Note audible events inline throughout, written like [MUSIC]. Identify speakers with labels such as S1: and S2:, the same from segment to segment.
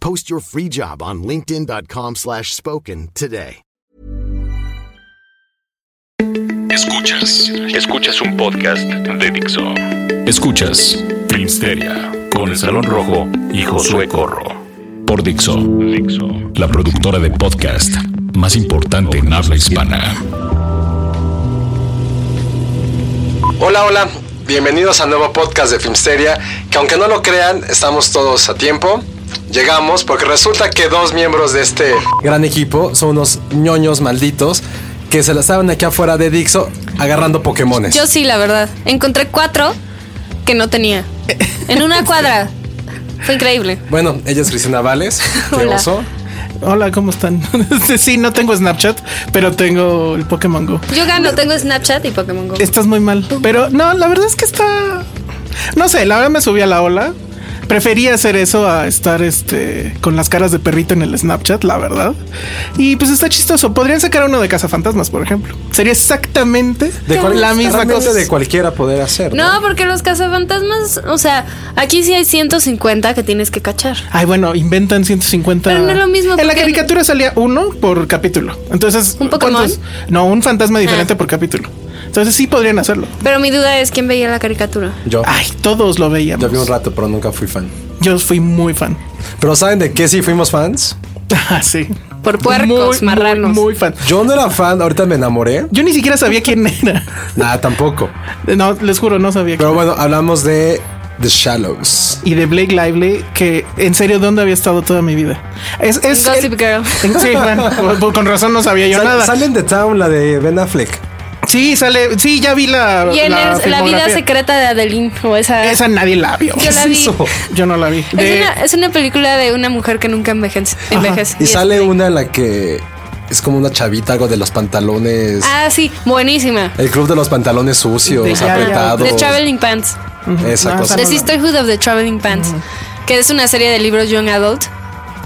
S1: Post your free job on linkedin.com slash spoken today.
S2: Escuchas, escuchas un podcast de Dixo. Escuchas Filmsteria con el Salón Rojo y Josué Corro. Por Dixo, Dixo, la productora de podcast más importante en habla hispana.
S3: Hola, hola. Bienvenidos al nuevo podcast de Filmsteria, que aunque no lo crean, estamos todos a tiempo. Llegamos porque resulta que dos miembros de este
S4: gran equipo son unos ñoños malditos que se la estaban aquí afuera de Dixo agarrando Pokémones.
S5: Yo sí, la verdad. Encontré cuatro que no tenía. En una cuadra. Fue increíble.
S4: Bueno, ella es Cristina Vales, que
S5: Hola.
S4: oso.
S6: Hola, ¿cómo están? [LAUGHS] sí, no tengo Snapchat, pero tengo el Pokémon Go.
S5: Yo gano, tengo Snapchat y Pokémon Go.
S6: Estás muy mal, pero no, la verdad es que está... No sé, la verdad me subí a la ola. Prefería hacer eso a estar este con las caras de perrito en el Snapchat, la verdad. Y pues está chistoso. Podrían sacar uno de Cazafantasmas, por ejemplo. Sería exactamente
S4: De cual-
S6: la misma
S4: realmente
S6: cosa.
S4: de cualquiera poder hacer. ¿no?
S5: No, porque los cazafantasmas, o sea, aquí sí hay 150 que tienes que cachar.
S6: Ay, bueno, inventan 150.
S5: Pero no es lo mismo,
S6: En la
S5: porque-
S6: caricatura salía uno por capítulo. Entonces,
S5: ¿Un Pokémon? Ah.
S6: ¿cuántos? No, un fantasma diferente por capítulo. Entonces sí podrían hacerlo.
S5: Pero mi duda es quién veía la caricatura.
S4: Yo,
S6: Ay, todos lo veíamos.
S4: yo vi un rato, pero nunca fui fan.
S6: Yo fui muy fan. [LAUGHS]
S4: Pero ¿saben de qué sí fuimos fans?
S6: Ah, sí.
S5: Por puercos,
S6: Muy,
S5: marranos.
S6: Muy, muy fan.
S4: Yo no era fan, ahorita me enamoré.
S6: Yo ni siquiera sabía quién era.
S4: Nada, tampoco.
S6: No, les juro, no sabía quién
S4: Pero bueno, hablamos de The Shallows.
S6: Y de Blake Lively, que en serio, ¿dónde había estado toda mi vida? Es, es
S5: Gossip
S6: [LAUGHS]
S5: Girl.
S6: en- sí, bueno, por- por- con razón no sabía yo
S4: Sal-
S6: nada.
S4: Salen de Town, la de Ben Affleck.
S6: Sí, sale. Sí, ya vi la.
S5: Y en el- la, vida
S6: filmografía.
S5: secreta de Adeline, o esa.
S6: Esa nadie la vio.
S5: Yo la
S4: es
S5: vi.
S4: eso?
S6: [LAUGHS] Yo no la vi. De-
S5: Es, una, es una película de una mujer que nunca envejece. envejece.
S4: Y
S5: es
S4: sale
S5: Blake.
S4: una en la que es como una chavita, algo de los pantalones.
S5: Ah, sí, buenísima.
S4: El club de los pantalones sucios,
S6: De- ya, ya.
S4: apretados.
S5: The Traveling Pants.
S4: Esa
S6: No,
S4: cosa.
S5: The
S6: no la-
S5: Sisterhood of the Traveling Pants, que es una serie de libros Young Adult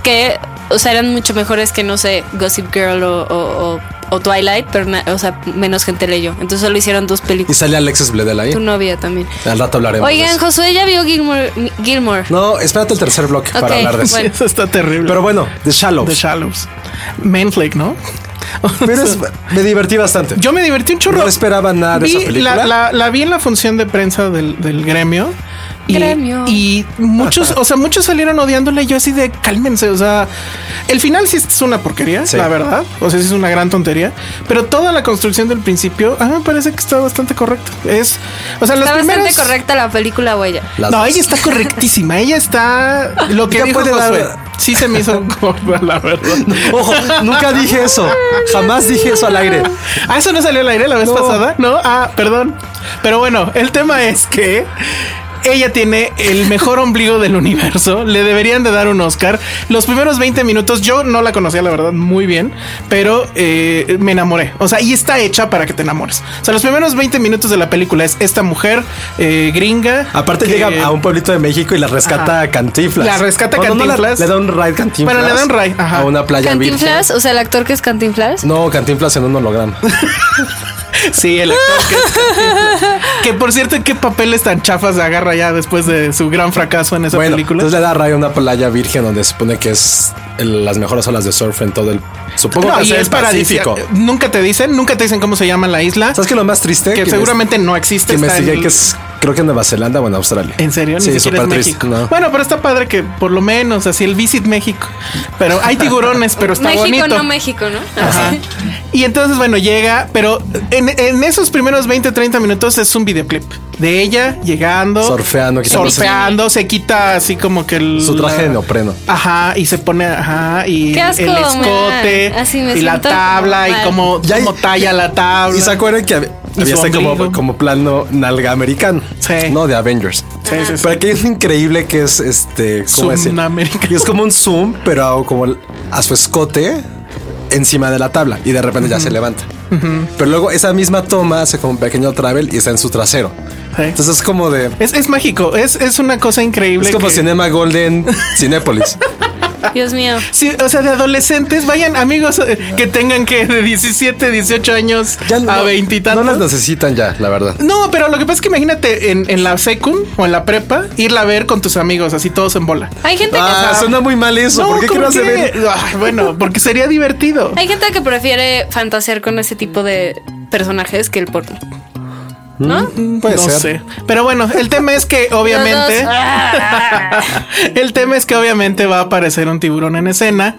S5: que, o sea, eran mucho mejores que, no sé, Gossip Girl o, o- o- o Twilight, pero, na- o sea, menos gente leyó. Entonces solo hicieron dos
S4: Y
S5: películas.
S4: sale Alexis Bledel ahí.
S5: Tu novia también.
S4: Al rato hablaremos. de
S5: Oigan,
S4: eso.
S5: Josué ya vio Gilmore. Gilmore.
S4: No, espérate el tercer bloque
S5: Ok,
S4: para hablar de eso.
S5: bueno.
S6: [LAUGHS] Eso está terrible.
S4: Pero bueno, The Shallows.
S6: The Shallows. Manflake, ¿no?
S4: Pero es- me divertí bastante.
S6: Yo me divertí un chorro.
S4: No esperaba nada de
S6: Vi
S4: esa película.
S6: La, la- la vi en la función de prensa del, del gremio. Y,
S5: Gremio.
S6: y muchos, o sea, muchos salieron odiándola y yo así de cálmense. O sea, el final sí es una porquería,
S4: Sí.
S6: la verdad. O sea, sí es una gran tontería. Pero toda la construcción del principio, a mí me parece que está bastante correcta. Es, o sea, los
S5: Está bastante
S6: primeros-
S5: correcta la película, güey.
S4: Las
S6: no,
S4: dos.
S6: ella está correctísima. Ella está lo que
S4: Ya
S6: dijo
S4: puede
S6: Josué.
S4: dar-
S6: Sí se me hizo [LAUGHS] gorda, la verdad.
S4: Ojo, nunca dije eso. Jamás dije eso al aire.
S6: Ah, eso no salió al aire la vez
S4: No.
S6: pasada, ¿no? Ah, perdón. Pero bueno, el tema es que ella tiene el mejor ombligo del universo. Le deberían de dar un Oscar. Los primeros 20 minutos yo no la conocía, la verdad, muy bien, pero eh, me enamoré. O sea, y está hecha para que te enamores. O sea, los primeros 20 minutos de la película es esta mujer eh, gringa.
S4: Aparte
S6: que-
S4: llega a un pueblito de México y la rescata
S6: Ajá.
S4: Cantinflas.
S6: La rescata
S4: No, no, no, la-
S6: Cantinflas.
S4: le da un ride Cantinflas.
S6: Bueno, le da un ride, ajá.
S4: A una playa
S5: Cantinflas, o sea, el actor que es Cantinflas.
S4: virgen. No, Cantinflas en un holograma.
S6: [LAUGHS] Sí, el actor que, [LAUGHS] que, por cierto, qué papeles tan chafas agarra ya después de su gran fracaso en esa
S4: bueno,
S6: película.
S4: entonces le da ride a una playa virgen donde se supone que es el- las mejores olas de surf en todo el... Supongo
S6: No,
S4: que
S6: y
S4: sea el
S6: es eh, paradisíaco.
S4: Pacífico.
S6: Nunca te dicen, nunca te dicen cómo se llama la isla.
S4: ¿Sabes qué es lo más triste?
S6: Que
S4: me-
S6: seguramente no existe,
S4: Que
S6: está
S4: investigué
S6: en-
S4: que es creo que en Nueva Zelanda o en Australia.
S6: ¿En serio? Ni
S4: Sí,
S6: siquiera
S4: súper
S6: es
S4: triste,
S6: México.
S4: no.
S6: Bueno, pero está padre que por lo menos así el Visit México. Pero
S4: [LAUGHS]
S6: hay tiburones, pero está
S5: México,
S6: bonito.
S5: no México, ¿no?
S6: Ajá. Y entonces, bueno, llega, pero en, en esos primeros 20, 30 minutos es un videoclip de ella llegando,
S4: Surfeando, quitándose-
S6: surfeando, se quita así como que el,
S4: Su traje de neopreno.
S6: Ajá, y se pone, ajá, y
S5: Qué asco,
S6: el escote,
S5: man. Así me
S6: y la
S5: siento
S6: tabla, y
S5: mal.
S6: cómo,
S4: Ya-
S6: cómo talla la tabla.
S4: Y se acuerdan que hab-
S6: Y
S4: había
S6: su
S4: este como,
S6: ombligo.
S4: como plano nalga americano.
S6: Sí.
S4: No de Avengers.
S6: Sí, sí, sí.
S4: Pero aquí es increíble que es este. ¿Cómo decir?
S6: Sudamérica.
S4: Y es como un zoom, pero a- como el- a su escote encima de la tabla y de repente ya se levanta. Pero luego esa misma toma hace como un pequeño travel y está en su trasero.
S6: Sí.
S4: Entonces es como de.
S6: Es, es mágico, es, es una cosa increíble.
S4: Es como
S6: que-
S4: Cinema Golden
S6: [LAUGHS]
S4: Cinépolis.
S5: [LAUGHS] Dios mío.
S6: Sí, o sea, de adolescentes, vayan amigos eh, que tengan que de 17, 18 años a veintitantos.
S4: No
S6: No,
S4: las necesitan ya, la
S6: [LAUGHS]
S4: verdad.
S6: pero lo que pasa es que imagínate en, en la secum o en la prepa, irla a ver con tus amigos, así todos en bola.
S5: Hay gente
S4: Ah,
S5: que
S4: suena muy mal eso.
S6: No,
S4: ¿Por qué
S6: ¿cómo
S4: quiero hacer
S6: que? Ay, bueno, porque sería divertido.
S5: hay gente que prefiere fantasear con ese tipo de personajes que el porno.
S6: Mm,
S5: ¿No?
S4: Puede
S6: no
S4: ser.
S6: sé. Pero bueno, el tema es que
S5: Los
S6: obviamente.
S5: dos, ah.
S6: [LAUGHS] el tema es que obviamente va a aparecer un tiburón en escena.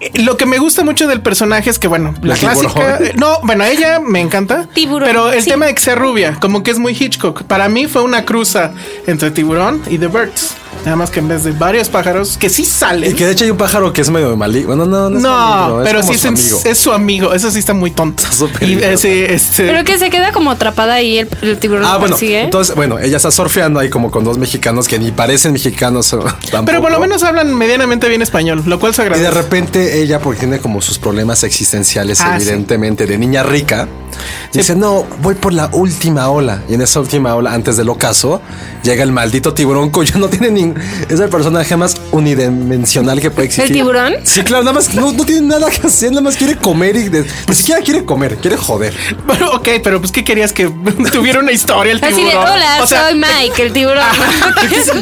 S6: Eh, Lo que me gusta mucho del personaje es que, bueno, la,
S4: La tiburón.
S6: clásica. eh, No, bueno, ella me encanta.
S5: Tiburón,
S6: Pero el
S5: sí.
S6: tema de que sea rubia, como que es muy Hitchcock. Para mí fue una cruza entre tiburón y The Birds. Nada más que en vez de varios pájaros que sí salen.
S4: Y que de hecho hay un pájaro que es medio malí. Bueno, no, no. es
S6: no,
S4: maligno,
S6: pero
S4: como
S6: sí es,
S4: su
S6: en-
S4: amigo.
S6: es su amigo. Eso sí está muy tonto.
S4: súper
S6: Y
S4: idiota.
S6: ese, este.
S5: Pero que se queda como atrapada ahí el, el tiburón
S4: Ah,
S5: lo
S4: bueno,
S6: ¿eh?
S5: persigue.
S4: entonces, bueno, ella está surfeando ahí como con dos mexicanos que ni parecen mexicanos. [LAUGHS] eh,
S6: Pero por
S4: tampoco.
S6: lo menos hablan medianamente bien español, lo cual se
S4: Y
S6: agradece.
S4: de repente ella, porque tiene como sus problemas existenciales,
S6: Ah, sí.
S4: evidentemente, de niña rica, dice, no, voy por la última ola. Y en esa última ola, antes del ocaso, llega el maldito tiburón cuyo no tiene ni... Es el personaje más unidimensional que puede existir.
S5: tiburón?
S4: Sí, claro, nada más, no, no tiene nada que hacer, nada más quiere comer y... de- ni siquiera quiere comer, quiere joder.
S6: Bueno, [LAUGHS] ok, pero pues ¿qué querías que [LAUGHS] tuviera una historia el
S5: Así
S6: tiburón?
S5: de, hola,
S6: O sea, Ah.
S5: soy Mike, el tiburón.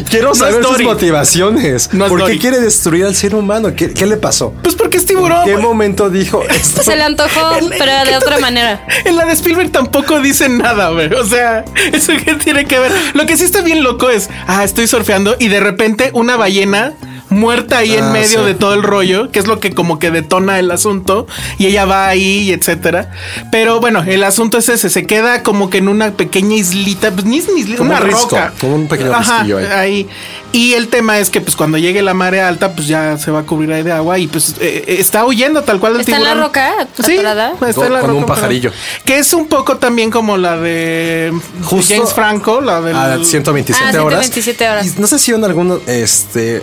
S4: Quiero
S6: No
S4: saber sus
S6: story.
S4: motivaciones.
S6: No es
S4: ¿Por qué
S6: Dory.
S4: quiere destruir al ser humano? ¿Qué, qué le pasó?
S6: Pues porque es
S4: ¿En
S6: tiburón.
S4: qué
S6: güey.
S4: momento dijo "Este esto?
S5: [LAUGHS] se le
S6: [LAUGHS]
S5: antojó, pero de otra manera.
S6: En la de Spielberg tampoco dicen nada, güey. O sea, eso que tiene que ver. Lo que sí está bien loco es, ah, estoy surfeando y de repente una ballena muerta ahí en
S4: Ah,
S6: medio
S4: sí.
S6: de todo el rollo, que es lo que como que detona el asunto y ella va ahí y etcétera. Pero bueno, el asunto es ese, se queda como que en una pequeña islita, pues ni es ni isla,
S4: Como
S6: una
S4: un risco,
S6: roca.
S4: como un pequeño
S6: Ajá,
S4: risquillo ahí.
S6: ahí. Y el tema es que pues cuando llegue la marea alta, pues ya se va a cubrir ahí de agua y pues eh, eh, está huyendo tal cual el
S5: ¿Está en la
S6: tiburón.
S5: roca
S6: Sí,
S5: atorada?
S6: está en
S4: Con- con
S6: la roca
S4: un
S6: atorada.
S4: pajarillo.
S6: Que es un poco también como la de
S4: Justo-
S6: James Franco, la del...
S4: [LAUGHS] a 127
S5: Ah,
S4: horas.
S5: 127 horas.
S4: Y no sé si en alguno este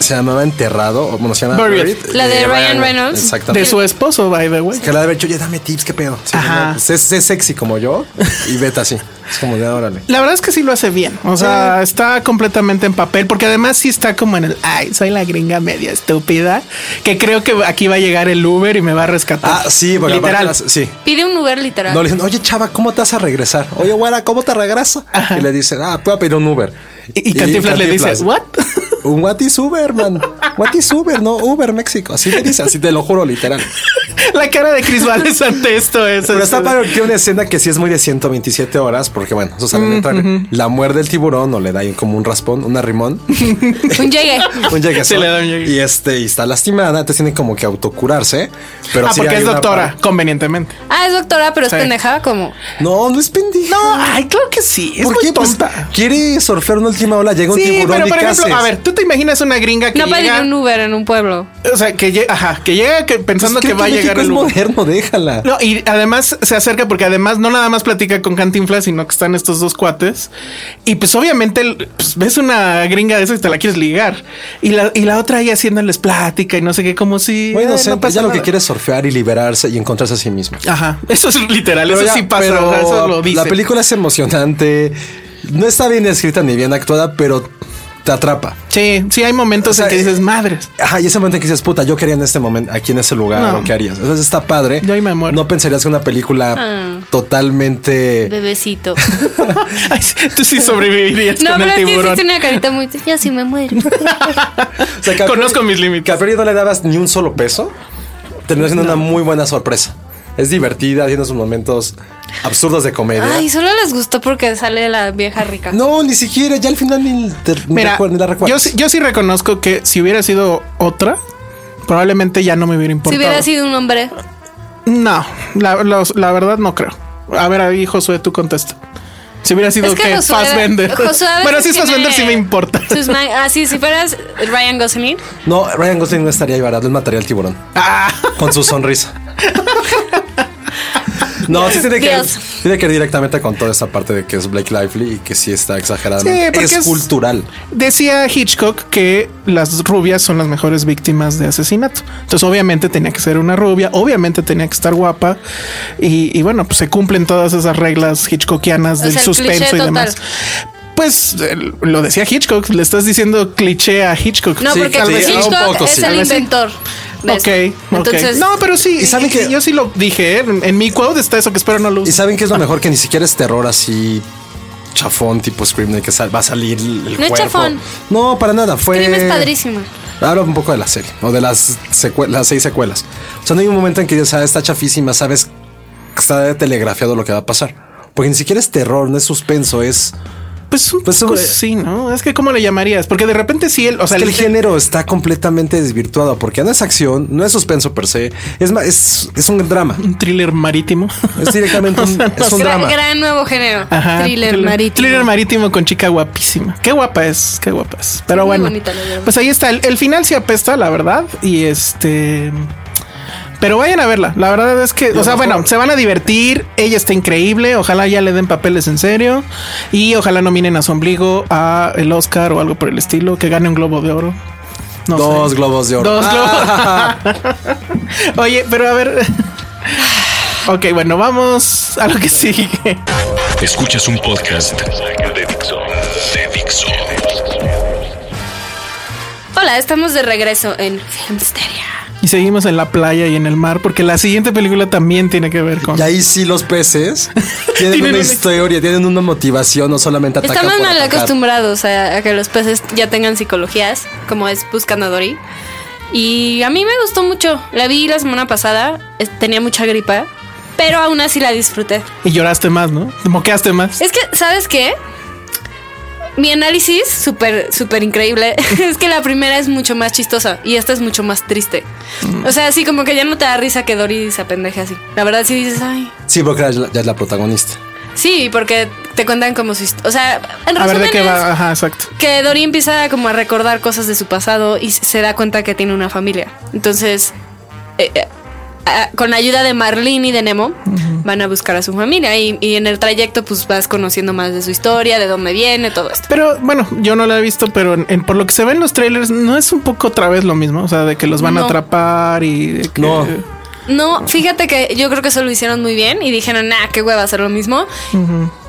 S4: se llamaba enterrado o bueno, se llama
S6: Buried.
S5: La de Ryan Reynolds.
S6: De
S4: Exactamente.
S6: su esposo, by the way.
S4: que la de haber dicho, oye, dame tips, qué pedo. Sí,
S6: Ajá.
S4: no, pues, Sé, sé sexy como yo y vete así. Es como de órale.
S6: La verdad es que sí lo hace bien. O sea, está completamente en papel, porque además sí está como en el ay, soy la gringa media estúpida, que creo que aquí va a llegar el Uber y me va a rescatar.
S4: Ah, sí, porque
S6: literal.
S4: aparte las- sí.
S5: Pide un lugar literal.
S4: No le dicen, oye, chava, ¿cómo te vas a regresar? Oye, güera, ¿cómo te regreso? Y le dicen, ah, puedo pedir un Uber.
S6: Y- y Cantinflas le dice,
S4: Cantinflas,
S6: "What?" [LAUGHS]
S4: Un what is Uber, man. What is Uber, no Uber México. Así le dice, así te lo juro, literal.
S6: La cara de Chris Valles ante esto es. este
S4: Pero está padre que una escena que sí es muy de 127 horas, porque bueno, eso sale en el trailer. La muerde el tiburón o le da ahí como un raspón, un arrimón,
S6: [LAUGHS]
S5: Un llegue.
S4: un lleguesón,
S6: Sí, le da un llegue.
S4: Y este y está lastimada, entonces tiene como que autocurarse. Pero
S6: Ah,
S4: sí
S6: porque
S4: hay
S6: es
S4: una
S6: doctora,
S4: parte-
S6: convenientemente.
S5: Ah, es doctora, pero es
S6: Sí.
S5: pendejada como.
S4: No, no es pendejo.
S6: No, ay, claro que sí. Es
S4: ¿Por
S6: muy
S4: qué? Pues,
S6: tonta.
S4: quiere surfear una última ola, llega un
S6: sí,
S4: tiburón
S6: pero
S4: y
S6: por
S4: ¿qué haces?
S6: ejemplo,
S4: Pues
S6: a ver, tú te imaginas una gringa que
S5: No pedir
S6: llega,
S5: un Uber en un pueblo.
S6: o sea, que llega, ajá, que llega que
S4: Pues
S6: pensando
S4: creo
S6: que va a
S4: México
S6: llegar
S4: es
S6: el Uber.
S4: moderno, déjala.
S6: No, y además se acerca porque además no nada más platica con Cantinflas, sino que están estos dos cuates. Y pues obviamente el- pues, ves una gringa de esas y te la quieres ligar. Y la, y la otra ahí haciéndoles plática y no sé qué, como si...
S4: Muy
S6: eh,
S4: inocente,
S6: pasa
S4: ya lo que
S6: nada.
S4: quiere es surfear y liberarse y encontrarse a sí misma.
S6: Ajá, eso es literal, eso
S4: ya-
S6: sí pasa,
S4: pero
S6: o sea, eso lo dice.
S4: La película es emocionante. No está bien escrita ni bien actuada, pero te atrapa.
S6: Sí, sí, hay momentos
S4: O sea, eh,
S6: en que dices, madres. [LAUGHS]
S4: Ajá, y ese momento en que dices, puta, yo quería en este momento, aquí en ese lugar,
S6: No.
S4: ¿o ¿qué harías? Entonces está padre.
S6: Yo ahí me muero.
S4: No pensarías que una película
S5: Ah.
S4: totalmente.
S6: [LAUGHS]
S5: Bebecito.
S6: Ay, sí, tú sí sobrevivirías
S5: No,
S6: con
S5: pero
S6: el
S5: es que
S6: tiburón.
S5: hiciste una carita muy. Ya sí me muero.
S4: O sea, que a-
S6: Conozco mis límites.
S4: que a Perry no le dabas ni un solo peso. Tendrías una muy buena sorpresa. Es divertida, tiene sus momentos absurdos de comedia.
S5: Ay, solo les gustó porque sale la vieja rica.
S4: No, ni siquiera, ya al final ni, te- ni
S6: Mira,
S4: recuer- ni la recuerdo.
S6: yo, sí- yo sí reconozco que si hubiera sido otra, probablemente ya no me hubiera importado.
S5: si hubiera sido un hombre,
S6: No, la, los- la verdad no creo. A ver, ahí Josué, tú contesta. Si hubiera sido
S5: es que
S6: que
S5: Josué,
S6: Fassbender.
S5: Josué a
S6: bueno, sí,
S5: veces
S6: Fassbender sí
S5: tiene
S6: me importa.
S5: sus man- ah, sí, si fueras Ryan Gosling,
S4: No, Ryan Gosling no estaría ahí barato, él mataría al tiburón.
S6: Ah.
S4: Con su sonrisa. No, sí tiene que,
S5: Dios.
S4: tiene que ir directamente con toda esa parte de que es Blake Lively y que sí está
S6: Sí,
S4: exageradamente.
S6: porque
S4: es,
S6: es-
S4: cultural.
S6: Decía Hitchcock que las rubias son las mejores víctimas de asesinato. Entonces, obviamente tenía que ser una rubia, obviamente tenía que estar guapa. Y, y bueno, pues se cumplen todas esas reglas hitchcockianas
S5: O
S6: del
S5: sea, el
S6: suspenso
S5: cliché
S6: y demás.
S5: total.
S6: Pues eh, lo decía Hitchcock, le estás diciendo cliché a Hitchcock.
S5: no,
S4: Sí,
S5: porque pues,
S4: tal vez sí,
S5: Hitchcock
S4: Ah, un poco,
S5: es
S4: sí.
S5: el
S4: Tal vez sí.
S5: inventor. de
S6: Ok,
S5: esto.
S6: ok.
S5: Entonces,
S6: no, pero sí.
S4: ¿Y saben
S6: y-
S4: que-
S6: yo sí lo dije, ¿eh? en mi quote está eso que espero no lo
S4: Y
S6: use.
S4: saben que es lo mejor que ni siquiera es terror así chafón tipo Scream de que sal- va a salir el
S5: No es
S4: cuerpo.
S5: chafón.
S4: No, para nada. Fue.
S5: Scream es padrísima.
S4: Hablo un poco de la serie o de las, secue- las seis secuelas. O sea, no hay un momento en que dices, "Ah, está chafísima, sabes, que está telegrafiado lo que va a pasar. Porque ni siquiera es terror, no es suspenso, es.
S6: Pues, un
S4: Pues,
S6: poco
S4: sobre-
S6: sí, ¿no? Es que cómo le llamarías, porque de repente sí él, o sea,
S4: Es que el
S6: el-
S4: género está completamente desvirtuado porque no es acción, no es suspenso per se, es, ma- es, es un drama.
S6: un thriller
S4: [LAUGHS]
S6: marítimo.
S4: Es directamente un, es un
S5: Gra-
S4: drama.
S5: gran nuevo género.
S6: Ajá,
S5: thriller, marítimo.
S6: Thriller marítimo con chica guapísima. Qué guapa es, qué guapa es. Pero
S5: muy
S6: bueno,
S5: bonita, la verdad.
S6: pues ahí está. El, el final sí apesta, la verdad. Y este. Pero vayan a verla. La verdad es que, o sea, bueno, se van a divertir. Ella está increíble. Ojalá ya le den papeles en serio. Y ojalá nominen a su ombligo a el Oscar o algo por el estilo. Que gane un globo de oro. No
S4: Dos
S6: sé.
S4: globos de oro.
S6: Dos
S4: [LAUGHS]
S6: globos. [LAUGHS] Oye, pero a ver. [LAUGHS] ok, bueno, vamos a lo que sigue.
S2: Escuchas un podcast de Dixo. De Dixo.
S5: Hola, estamos de regreso en Filmsteria.
S6: Y seguimos en la playa y en el mar, porque la siguiente película también tiene que ver con.
S4: Ah. Y ahí sí los peces tienen,
S6: Tienen
S4: una
S6: una-
S4: historia, tienen una motivación, no solamente atacan
S5: Estamos
S4: por
S5: mal
S4: atacar.
S5: acostumbrados a, a que los peces ya tengan psicologías, como es Buscando a Dory. Y a mí me gustó mucho. La vi la semana pasada, es- tenía mucha gripa, pero aún así la disfruté.
S6: Y lloraste más, ¿no? Te moqueaste más.
S5: Es que, ¿sabes qué? Mi análisis, súper, súper increíble, [LAUGHS] es que la primera es mucho más chistosa y esta es mucho más triste. O sea, así como que ya no te da risa que Dory se apendeje así. La verdad, sí dices, ay,
S4: Sí, porque ya es la- ya es la protagonista.
S5: Sí, porque te cuentan como su historia. O sea, en
S6: A ver de
S5: resumen
S6: qué
S5: es
S6: va. Ajá, exacto.
S5: que Dory empieza como a recordar cosas de su pasado y se da cuenta que tiene una familia. Entonces, eh, eh, ah, con la ayuda de Marlene y de Nemo, van a buscar a su familia. Y, y en el trayecto, pues vas conociendo más de su historia, de dónde viene, todo esto.
S6: Pero bueno, yo no la he visto, pero en- en- por lo que se ve en los trailers, no es un poco otra vez lo mismo. O sea, de que los van a
S5: No.
S6: atrapar y. de que-
S4: No.
S5: No, fíjate que yo creo que eso lo hicieron muy bien y dijeron, nah, qué hueva hacer lo mismo.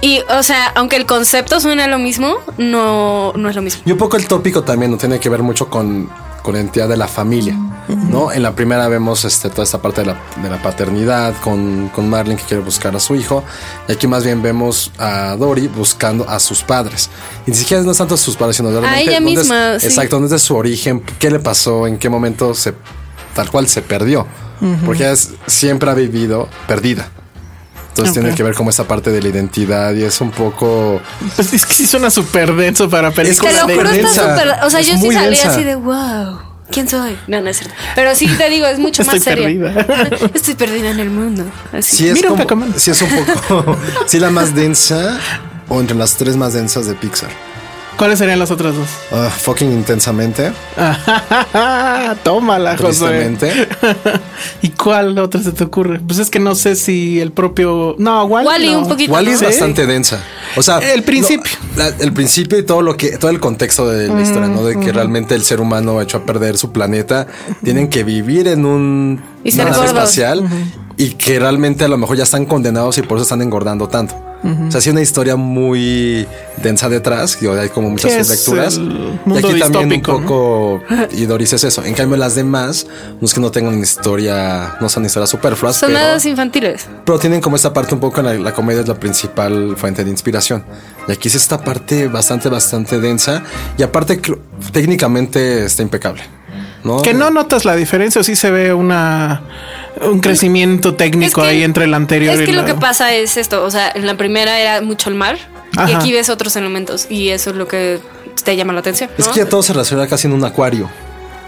S5: Y, o sea, aunque el concepto suena lo mismo, no, no es lo mismo.
S4: Y un poco el tópico también no tiene que ver mucho con, con la entidad de la familia, ¿no? En la primera vemos este, toda esta parte de la, de la paternidad con, con Marlene que quiere buscar a su hijo. Y aquí más bien vemos a Dory buscando a sus padres. Y ni siquiera no es tanto a sus padres, sino realmente...
S5: ella
S4: dónde es-
S5: misma, sí.
S4: Exacto, dónde es su origen, qué le pasó, en qué momento se... Tal cual se perdió. Porque ella es- siempre ha vivido perdida. Entonces tiene
S6: Ok.
S4: que ver como esta parte de la identidad y es un poco...
S6: Pues es que sí suena súper denso para película.
S4: con
S5: Te
S4: la
S5: lo juro, está
S4: densa.
S5: súper. O sea,
S4: Es
S5: yo sí
S4: muy
S5: salí
S4: densa.
S5: así de wow. ¿Quién soy? No, no es cierto. Pero sí te digo, es mucho
S6: Estoy
S5: más seria.
S6: perdida. [LAUGHS]
S5: Estoy perdida en el mundo. Así.
S4: Sí es,
S6: Mira un
S4: como-
S6: Pac-Man.
S4: sí es un
S6: [LAUGHS]
S4: poco. sí, la más densa o entre las tres más densas de Pixar.
S6: ¿Cuáles serían las otras dos? [LAUGHS]
S4: Ah, fucking intensamente,
S6: Tómala, José.
S4: tristemente.
S6: [LAUGHS] ¿Y cuál otra se te ocurre? Pues es que no sé si el propio. No, Wally.
S5: Wall-E un poquito.
S4: Wally es
S5: ¿no?
S4: bastante densa. O sea,
S6: El
S4: no,
S6: principio.
S4: la- el principio y todo lo que, todo el contexto de la historia, ¿no? De que realmente el ser humano hecho a perder su planeta, tienen que vivir en un
S5: Y ser
S4: una nave
S5: gordos.
S4: espacial y que realmente a lo mejor ya están condenados y por eso están engordando tanto. O sea, sí una historia muy densa detrás, digo, hay como muchas
S6: Sí, es
S4: lecturas.
S6: el
S4: Y
S6: mundo
S4: aquí también un
S6: distópico, ¿no?
S4: poco y Doris es eso. En cambio las demás, no es que no tengan historia, no son historias superfluas,
S5: Son
S4: pero-
S5: nadas infantiles.
S4: pero tienen como esta parte un poco en la, la comedia es la principal fuente de inspiración. Y aquí es esta parte bastante, bastante densa. Y aparte, cr- técnicamente está impecable. ¿no?
S6: Que no notas la diferencia, o sí se ve una un crecimiento técnico
S5: Mm, Es que-
S6: ahí entre el anterior
S5: Es
S6: y
S5: que lo
S6: la-
S5: que pasa es esto, o sea, en la primera era mucho el mar y
S6: Ajá.
S5: aquí ves otros elementos y eso es lo que te llama la atención.
S4: Es
S5: ¿no?
S4: que ya todo se relaciona casi en un acuario.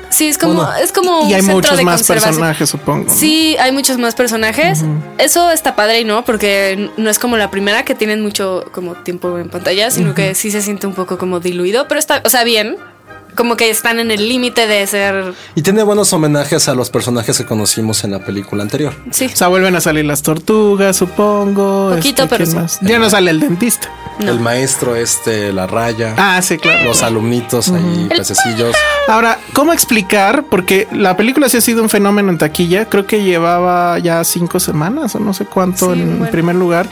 S5: Sí, es como,
S4: Bueno,
S5: es como un
S6: Y hay
S5: centro
S6: muchos
S5: de
S6: más
S5: conservación.
S6: personajes, supongo. ¿no?
S5: Sí, hay muchos más personajes. Eso está padre, ¿no? Porque no es como la primera que tienen mucho como tiempo en pantalla, sino que sí se siente un poco como diluido, pero está, o sea, bien. Como que están en el límite de ser.
S4: Y tiene buenos homenajes a los personajes que conocimos en la película anterior.
S5: Sí.
S6: O sea, vuelven a salir las tortugas, supongo. este,
S5: Poquito, pero
S6: ¿quién
S5: sí.
S6: más? Ya no sale el dentista.
S5: No.
S4: El maestro este, la raya,
S6: Ah, sí, claro.
S4: los alumnitos ahí, pececillos.
S6: Ahora, ¿cómo explicar? Porque la película sí ha sido un fenómeno en taquilla. Creo que llevaba ya cinco semanas o no sé cuánto
S5: Sí,
S6: en
S5: bueno.
S6: primer lugar.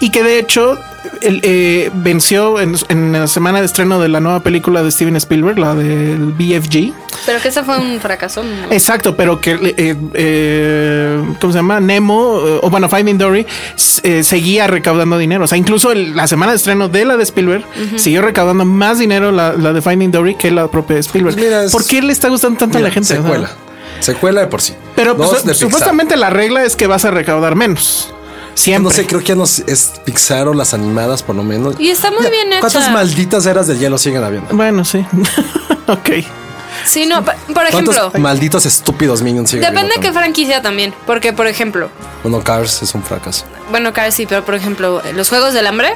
S6: Y que de hecho el, eh, venció en, en la semana de estreno de la nueva película de Steven Spielberg, la del BFG.
S5: Pero que ese fue un fracaso. ¿no?
S6: Exacto, pero que, eh, eh, ¿cómo se llama? Nemo, eh, o bueno, Finding Dory, s- eh, seguía recaudando dinero. O sea, incluso el- la semana de estreno de la de Spielberg siguió recaudando más dinero la, la de Finding Dory que la propia de Spielberg.
S4: Pues mira, es-
S6: ¿Por qué le está gustando tanto a la
S4: Mira,
S6: gente? O sea,
S4: Secuela. Secuela de por sí.
S6: Pero
S4: Dos
S6: pues,
S4: de Pixar.
S6: supuestamente la regla es que vas a recaudar menos. Siempre.
S4: No sé, creo que ya nos es Pixar o las animadas por lo menos.
S5: Y está muy
S4: Mira,
S5: bien hecha.
S4: ¿Cuántas malditas eras del hielo siguen habiendo?
S6: Bueno, sí. [LAUGHS] ok.
S5: Sí, no, pa- por
S4: ¿Cuántos
S5: ejemplo.
S4: malditos estúpidos minions siguen
S5: Depende de
S4: habiendo
S5: qué
S4: también?
S5: franquicia también. Porque, por ejemplo,
S4: Bueno, Cars es un fracaso.
S5: bueno, Cars sí, pero por ejemplo, los Juegos del Hambre,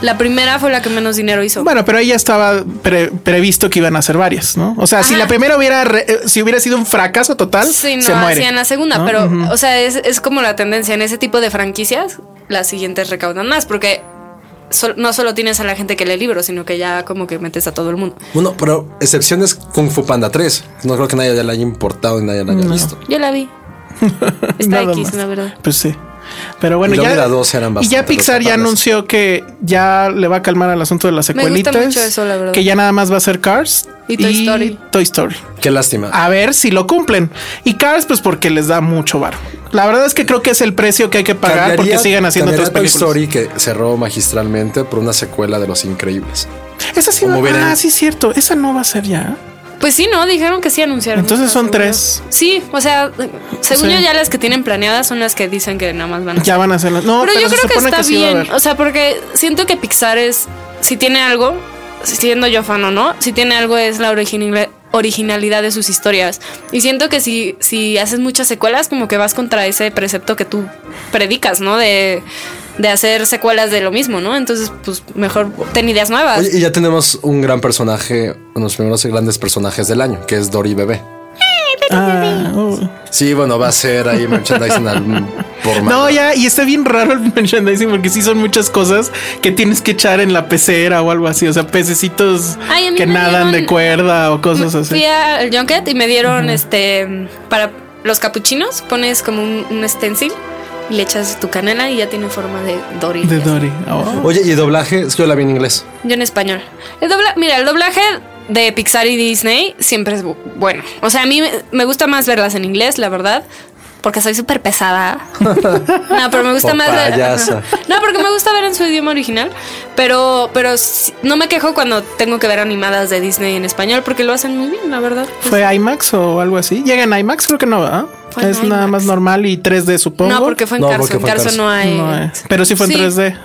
S5: la primera fue la que menos dinero hizo.
S6: Bueno, pero ahí ya estaba pre- previsto que iban a hacer varias, ¿no? O sea, si
S5: Ajá.
S6: la primera hubiera, re- eh, si hubiera sido un fracaso total,
S5: Sí, no,
S6: se muere.
S5: hacían la segunda,
S6: ¿no?
S5: pero, o sea, es, es como la tendencia en ese tipo de franquicias, las siguientes recaudan más, porque sol- no solo tienes a la gente que lee libros, sino que ya como que metes a todo el mundo.
S4: Bueno, pero excepción es Kung Fu Panda 3. No creo que nadie la haya importado y nadie la haya visto.
S5: Yo la
S6: [LAUGHS]
S5: vi. Está
S6: Nada
S5: X,
S6: más.
S5: la verdad.
S6: Pues sí. Pero bueno,
S4: Y luego
S6: ya,
S4: las dos eran
S6: y ya
S4: bastante
S6: Pixar ya
S4: rescatables.
S6: anunció que ya le va a calmar al asunto de las
S5: Me gusta
S6: secuelitas.
S5: mucho eso, la verdad.
S6: Que ya nada más va a ser Cars
S5: Y Toy Story.
S6: Toy Story.
S4: Qué lástima.
S6: A ver si lo cumplen. Y Cars, pues porque les da mucho bar. La verdad es que creo que es el precio que hay que pagar
S4: Cambiaría-
S6: porque sigan haciendo
S4: cambiaría
S6: otras películas.
S4: Toy Story que cerró magistralmente por una secuela de Los Increíbles.
S6: Esa sí
S4: Como
S6: no-
S4: verán.
S6: Ah, sí, cierto. Esa no va a ser ya.
S5: Pues sí, ¿no? Dijeron que sí anunciaron.
S6: Entonces son
S5: Seguro.
S6: tres.
S5: Sí, o sea, según
S6: Sí.
S5: yo ya las que tienen planeadas son las que dicen que nada más van a
S6: Ya van a hacerlo. No, pero,
S5: pero, yo
S6: se
S5: creo que
S6: supone
S5: está
S6: sí va a
S5: bien.
S6: haber.
S5: O sea, porque siento que Pixar es, si tiene algo, siendo yo fan o no, si tiene algo es la original- originalidad de sus historias. Y siento que si, si haces muchas secuelas, como que vas contra ese precepto que tú predicas, ¿no? De, de hacer secuelas de lo mismo, ¿no? Entonces, pues mejor ten ideas nuevas.
S4: Oye, y ya tenemos un gran personaje, uno de los primeros grandes personajes del año, que es Dory Bebé.
S6: Ah, oh.
S4: Sí, bueno, va a ser ahí
S6: [LAUGHS]
S4: merchandising al- por
S6: No,
S4: mano.
S6: ya, y está bien raro el [LAUGHS] merchandising porque sí son muchas cosas que tienes que echar en la pecera o algo así. O sea, pececitos
S5: Ay, a mí
S6: que
S5: me dieron-
S6: nadan de cuerda o cosas
S5: Fui
S6: así.
S5: al Junket y me dieron este para los capuchinos, pones como un, un stencil y le echas tu canela y ya tiene forma de Dory.
S6: De
S5: Ya está.
S6: Dory. Oh.
S4: Oye, y doblaje, es que yo la vi en inglés.
S5: Yo en español. El dobla- mira, el doblaje de Pixar y Disney siempre es bu- bueno. O sea, a mí me, me gusta más verlas en inglés, la verdad. Porque soy
S4: [LAUGHS]
S5: súper pesada. No, pero me gusta
S4: Por
S5: más ver-
S4: payasa.
S5: [LAUGHS] No, porque me gusta ver en su idioma original. Pero, pero sí- no me quejo cuando tengo que ver animadas de Disney en español porque lo hacen muy bien, la verdad.
S6: ¿Fue IMAX o algo así? ¿Llega en IMAX? Creo que no, ¿verdad?
S5: Fue en
S6: Es nada
S5: IMAX.
S6: más normal y 3D, supongo.
S5: No, porque fue en
S4: No,
S5: Carso.
S4: porque
S5: En
S4: fue en
S5: Carso,
S4: Carso.
S5: no hay.
S6: No, eh. Pero sí fue en
S5: Sí.
S6: 3D.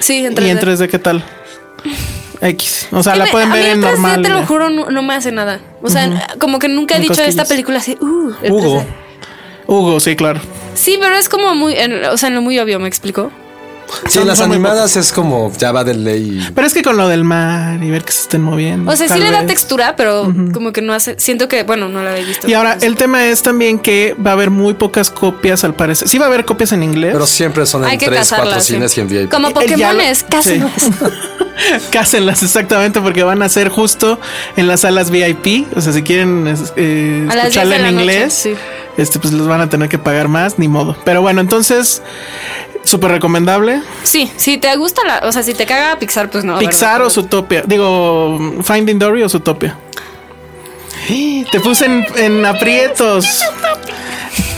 S5: Sí, en
S6: ¿Y
S5: 3D.
S6: en 3D qué tal? X. O sea, la
S5: Me-
S6: pueden
S5: a mí
S6: ver en
S5: el 3D,
S6: normal.
S5: Te lo juro, no, no me hace nada. O sea, como que nunca he
S6: Ni
S5: dicho de esta
S6: cosquillas.
S5: película así. Uh, el
S6: Hugo.
S5: 3D.
S6: Hugo, sí, claro.
S5: Sí, pero es como muy, en- o sea, en lo muy obvio, ¿me explico?
S4: Sí,
S6: Son-
S4: en las
S6: son muy
S4: animadas es como ya va de ley.
S6: Pero es que con lo del mar y ver que se estén moviendo.
S5: O sea,
S6: tal
S5: sí le da
S6: vez.
S5: textura, pero como que no hace, siento que, bueno, no la había visto.
S6: Y ahora el tema
S5: pues,
S6: es también que va a haber muy pocas copias al parecer. Sí va a haber copias en inglés.
S4: Pero siempre son
S5: hay
S4: en
S5: que
S4: 3, 4
S5: casarlas.
S4: cines y en VIP.
S5: Como
S6: Eh, eh, ya
S5: Pokémon
S6: lo-
S5: es casi.
S6: sí. [LAUGHS] [LAUGHS] Cásenlas exactamente porque van a ser justo en las salas VIP. O sea, si quieren es- eh,
S5: A las 10
S6: escucharla
S5: de
S6: en
S5: la noche,
S6: inglés,
S5: sí.
S6: este pues los van a tener que pagar más, ni modo. Pero bueno, entonces súper recomendable.
S5: Sí, si te gusta la, o sea, si te caga Pixar, pues no.
S6: Pixar
S5: ¿verdad?
S6: o Zootopia. Digo, Finding Dory o [GASPS] Zootopia. Te puse en, en aprietos.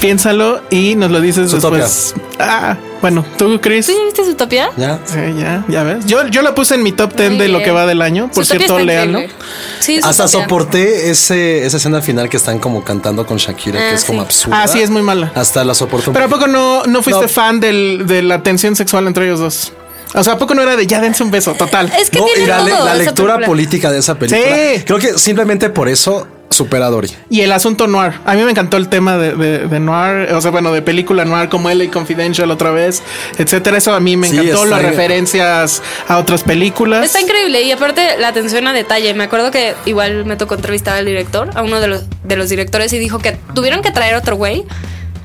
S6: Piénsalo y nos lo dices
S4: Zootopia.
S6: después. Ah, bueno, tú, Chris.
S5: ¿Tú ya viste Zootopia?
S4: ¿Ya?
S6: Sí, ya, ya ves. Yo, yo la puse en mi top 10
S5: Muy
S6: de lo
S5: bien.
S6: que va del año. Por
S5: Zootopia
S6: cierto,
S5: está
S6: léanlo.
S5: increíble. Sí,
S4: Hasta
S5: Zootopia.
S4: soporté ese, esa escena final que están como cantando con Shakira,
S5: Ah,
S4: que es como
S5: sí.
S4: absurda.
S6: Ah, sí, es muy mala.
S4: Hasta la soporté un
S6: Pero ¿a
S4: poco.
S6: poco no, no fuiste
S4: No.
S6: fan del, de la tensión sexual entre ellos dos? O sea, ¿a poco no era de ya dense un beso? Total.
S5: Es que
S4: No,
S5: tiene
S4: y la, le-
S5: todo
S4: la
S5: esa
S4: lectura
S5: película.
S4: política de esa película.
S6: Sí.
S4: Creo que simplemente por eso supera a Dory.
S6: Y el asunto noir. A mí me encantó el tema de, de- de noir, o sea, bueno, de película noir como LA Confidential otra vez, etcétera. Eso a mí me
S4: Sí,
S6: encantó.
S4: está
S6: Las
S4: bien.
S6: referencias a otras películas.
S5: Está increíble y aparte la atención a detalle. Me acuerdo que igual me tocó entrevistar al director, a uno de los, de los directores, y dijo que tuvieron que traer otro güey.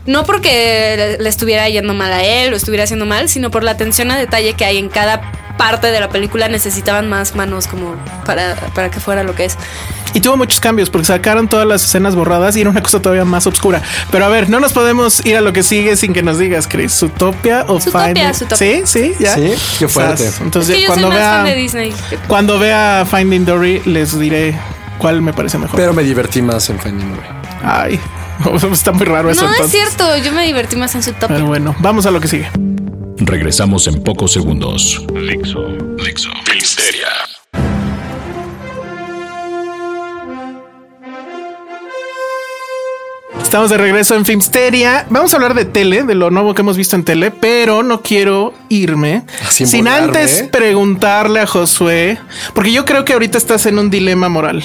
S5: No porque le, le estuviera yendo mal a él o estuviera haciendo mal, sino por la atención a detalle que hay en cada parte de la película. Necesitaban más manos como para, para que fuera lo que es.
S6: Y tuvo muchos cambios porque sacaron todas las escenas borradas y era una cosa todavía más oscura. Pero a ver, no nos podemos ir a lo que sigue sin que nos digas, Chris. ¿Zootopia o
S5: Zootopia,
S6: Finding?
S5: Zootopia.
S6: Sí, sí, ya.
S4: Sí, qué fuerte.
S6: Sas. Entonces,
S5: es que yo
S6: cuando
S5: soy más
S6: vea
S5: fan de Disney.
S6: cuando vea Finding Dory les diré cuál me parece mejor.
S4: Pero me divertí más en Finding Dory.
S6: Ay, [LAUGHS] está muy raro eso.
S5: No es
S6: entonces.
S5: cierto, yo me divertí más en su top.
S6: Pero bueno, vamos a lo que sigue.
S2: Regresamos en pocos segundos. Dixo, Dixo, Filmsteria.
S6: Estamos de regreso en Filmsteria. Vamos a hablar de tele, de lo nuevo que hemos visto en tele, pero no quiero irme
S4: Sin
S6: sin,
S4: volarme.
S6: antes preguntarle a Josué, porque yo creo que ahorita estás en un dilema moral.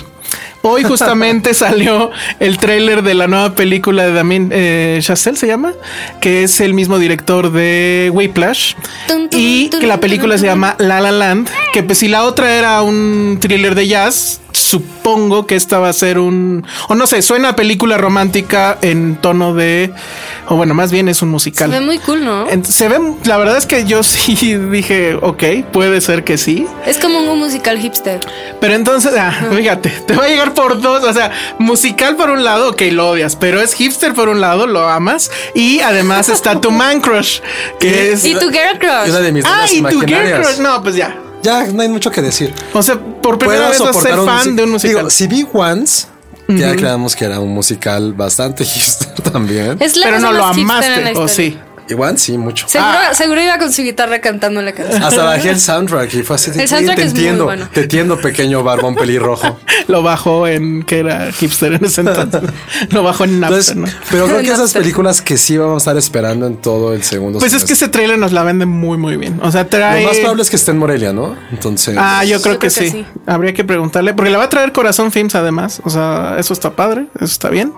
S6: Hoy justamente salió el tráiler de la nueva película de Damien eh, Chazelle, se llama, que es el mismo director de Whiplash
S5: Tun, tun,
S6: y
S5: tun,
S6: que la
S5: tun,
S6: película
S5: tun,
S6: se
S5: tun.
S6: llama Ah, La La Land, que pues si la otra era un thriller de jazz, supongo que esta va a ser un, o no sé, suena a película romántica en tono de, o bueno, más bien es un
S5: Se
S6: musical.
S5: ve muy cool, ¿no?
S6: Ent- Se ve, la verdad es que yo [LAUGHS] sí dije, ok, puede ser que sí,
S5: Es como un musical hipster.
S6: pero entonces, ah, fíjate, te va a llegar por dos, o sea, musical por un lado, ok, lo odias, pero es hipster por un lado, lo amas, y además está [LAUGHS] tu man crush, que es...
S5: Y tu girl crush.
S4: Una de mis
S6: Ah,
S4: nenas
S6: y tu girl
S4: imaginarias.
S6: crush, no, pues ya.
S4: Ya no hay mucho que decir.
S6: O sea, por primera
S4: Puedo
S6: vez vas a ser
S4: soportar un
S6: fan
S4: music-
S6: de un musical.
S4: Digo, si vi Once, ya creamos que era un musical bastante [LAUGHS] hipster también.
S5: Es la
S6: pero
S5: cosa
S6: no lo
S5: más hipster en la
S6: amaste, o
S5: historia.
S6: sí.
S4: Y Once, sí, mucho. Ah,
S5: Seguro, seguro iba con su guitarra cantando la canción.
S4: Hasta bajé el soundtrack y fue así. de,
S5: El
S4: "Sí,
S5: soundtrack
S4: te
S5: es muy
S4: entiendo,
S5: bueno.
S4: te entiendo, pequeño barbón
S6: [LAUGHS]
S4: pelirrojo.
S6: Lo bajó en que era hipster en
S4: [LAUGHS]
S6: ese entonces. lo bajó en
S4: Entonces, pues,
S6: Napster, [LAUGHS] ¿no?
S4: pero creo que esas
S5: Napster.
S4: películas que sí vamos a estar esperando en todo el segundo.
S6: Pues es que
S4: semestre.
S6: ese trailer nos la vende muy, muy bien. O sea, trae.
S4: lo más probable es que esté en Morelia, ¿no? Entonces,
S6: Ah, yo creo,
S5: Yo
S6: que,
S5: creo que
S6: sí.
S5: sí.
S6: Habría que preguntarle, porque la va a traer Corazón Films además. O sea, eso está padre, eso está bien.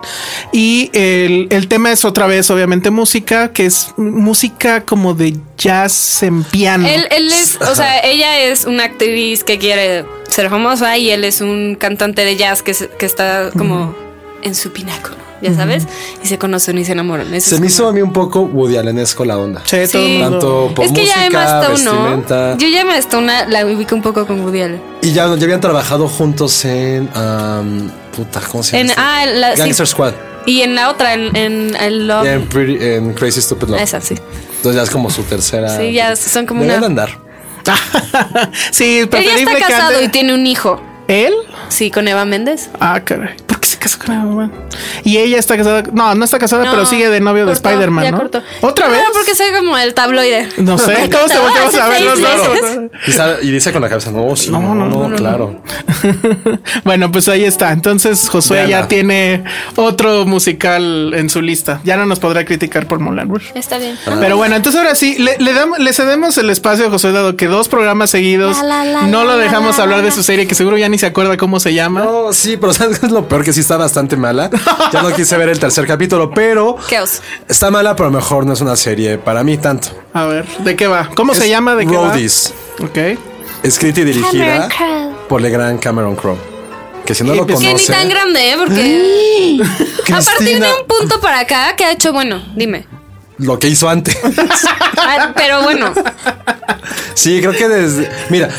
S6: Y el, el tema es otra vez, obviamente, música, que es música como de jazz en piano.
S5: Él, él es, o sea, ella es una actriz que quiere ser famosa y él es un cantante de jazz que, se- que está como en su pináculo, ya sabes, y se conocen y se enamoran. Eso
S4: se
S5: es
S4: me
S5: como-
S4: hizo a mí un poco Woody Allenesco la onda.
S6: Sí, todo
S5: Sí.
S6: el mundo-
S4: Tanto por
S5: Es que ya Emma
S4: música,
S5: Stone,
S4: vestimenta.
S5: ¿no? Yo ya Emma Stone la- la ubico un poco con Woody Allen.
S4: Y ya, ya habían trabajado juntos en. am, puta, ¿cómo se
S5: En,
S4: llama? este?
S5: ah, la, sí.
S4: Gangster Squad.
S5: Y en la otra, en, en I Love.
S4: Y en, Pretty- en Crazy Stupid Love.
S5: Esa, sí.
S4: Entonces ya es como su tercera.
S5: Sí, ya son como
S4: Deberían
S5: una-
S4: andar.
S6: sí,
S5: Él ya
S6: preferible
S5: está
S6: que
S5: casado
S6: ande-
S5: y tiene un hijo.
S6: ¿Él?
S5: Sí, con Eva Méndez.
S6: Ah, caray. ¿Por qué se casó con la mamá? Y ella está casada. No, no está casada,
S5: No,
S6: pero sigue de novio de
S5: cortó,
S6: Spider-Man,
S5: ya
S6: ¿no?
S5: cortó.
S6: ¿Otra
S5: No,
S6: vez? Mm.
S5: porque soy como el tabloide. [LAUGHS]
S6: No sé. ¿Cómo se
S5: cortó
S6: volteamos a
S5: hace
S6: ver los
S5: seis
S6: dos?
S4: Y, sabe- y dice con la cabeza, no, sí, no, no, claro.
S6: [LAUGHS] Bueno, pues ahí está. Entonces Josué
S4: Veanla.
S6: ya tiene otro musical en su lista. Ya no nos podrá criticar por Moulin Rouge.
S5: Está bien.
S6: Pero bueno, entonces ahora sí, le, le dam- le cedemos el espacio a Josué, dado que dos programas seguidos
S5: La, la, la,
S6: no
S5: la,
S6: lo
S5: la,
S6: dejamos
S5: la,
S6: hablar
S5: la.
S6: de su serie, que seguro ya ni se acuerda cómo se llama.
S4: No, sí, pero [LAUGHS] ¿sabes qué es lo peor? Que sí está bastante mala. Ya no quise ver el tercer capítulo, pero.
S5: Qué oso.
S4: Está mala, pero a lo mejor no es una serie para mí tanto.
S6: A ver, ¿de qué va? ¿Cómo se llama? ¿De qué va?
S4: Roadies.
S6: Ok.
S4: Escrita y dirigida
S5: Cameron Crowe.
S4: por el gran Cameron Crowe. Que si no
S6: Y
S4: lo
S6: pues-
S5: Que ni
S4: conoce.
S5: tan grande, ¿eh? Porque [LAUGHS] a partir
S4: Cristina,
S5: de un punto para acá, ¿qué ha hecho? Bueno, dime.
S4: lo que hizo antes.
S5: [LAUGHS] Ah, pero bueno,
S4: Sí, creo que desde. Mira,